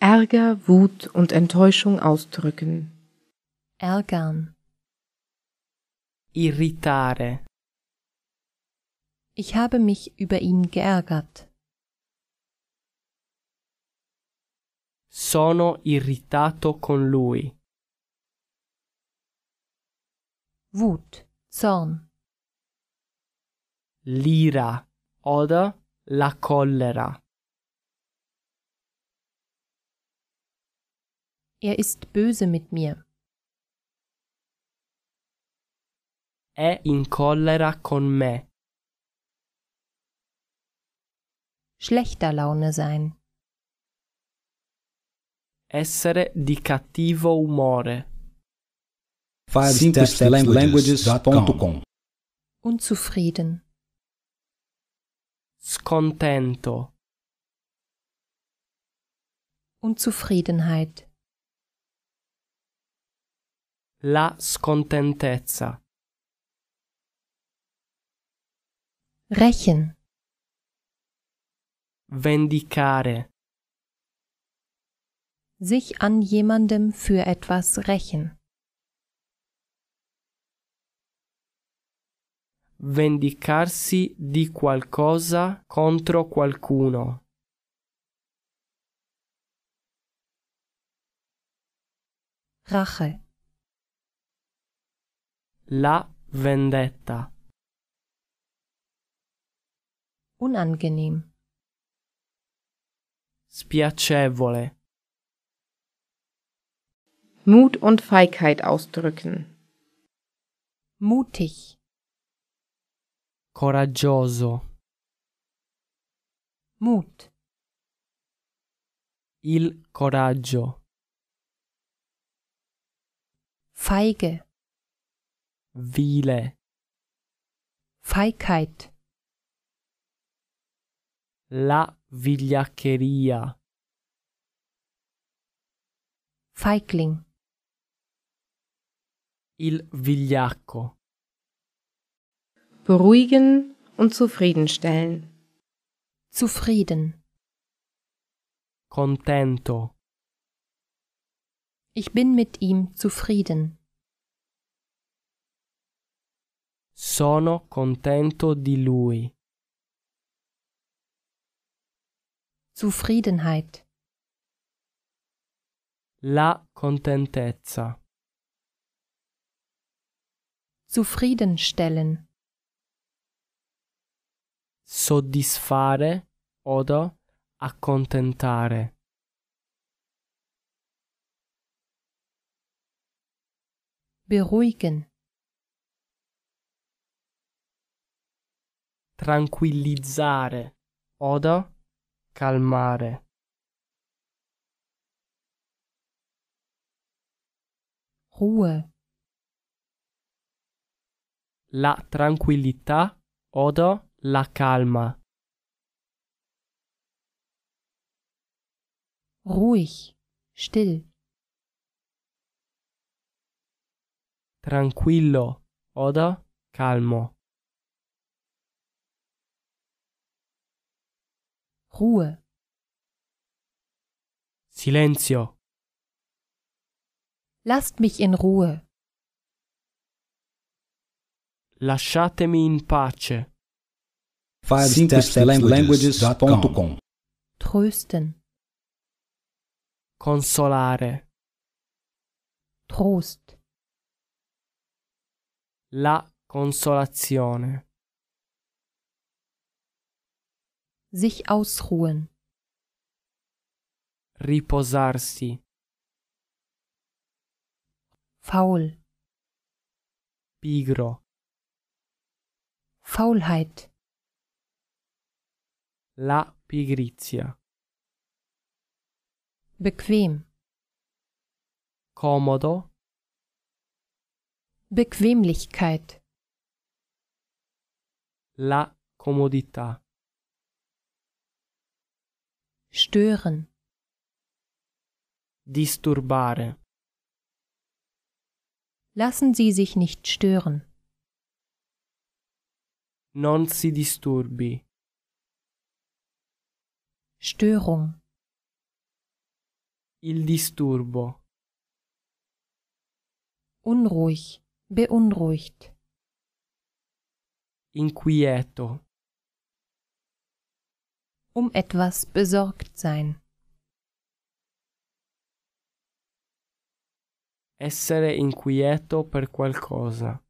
Ärger, Wut und Enttäuschung ausdrücken. Ärgern. irritare, Ich habe mich über ihn geärgert. sono irritato con lui, Wut, Zorn, l'ira oder la collera, er ist böse mit mir. è in collera con me, Schlechter Laune sein. essere di cattivo umore. 5stepslanguages.com Unzufrieden. scontento, Unzufriedenheit. la scontentezza, Rächen. vendicare, Sich an jemandem für etwas rächen. vendicarsi di qualcosa contro qualcuno, Rache. la vendetta, Unangenehm. spiacevole, Mut und Feigheit ausdrücken. Mutig. coraggioso, Mut. il coraggio, Feige. vile, Feigheit. la vigliaccheria, Feigling. il vigliacco, Beruhigen und zufriedenstellen. Zufrieden. contento, Ich bin mit ihm zufrieden. sono contento di lui, Zufriedenheit. la contentezza, Zufriedenstellen. soddisfare oder accontentare. Beruhigen. tranquillizzare oder calmare, Ruhe. la tranquillità oder la calma, Ruhig. Still. tranquillo oder calmo, Ruhe. silenzio, Lasst mich in Ruhe. lasciatemi in pace, 5stepslanguages.com Trösten. consolare, Trost. la consolazione, Sich ausruhen. riposarsi, Faul. pigro, Faulheit. la pigrizia, Bequem. comodo, Bequemlichkeit. la comodità, Stören. disturbare, Lassen Sie sich nicht stören. non si disturbi, Störung. il disturbo, unruhig, beunruhigt, inquieto, um etwas besorgt sein, essere inquieto per qualcosa,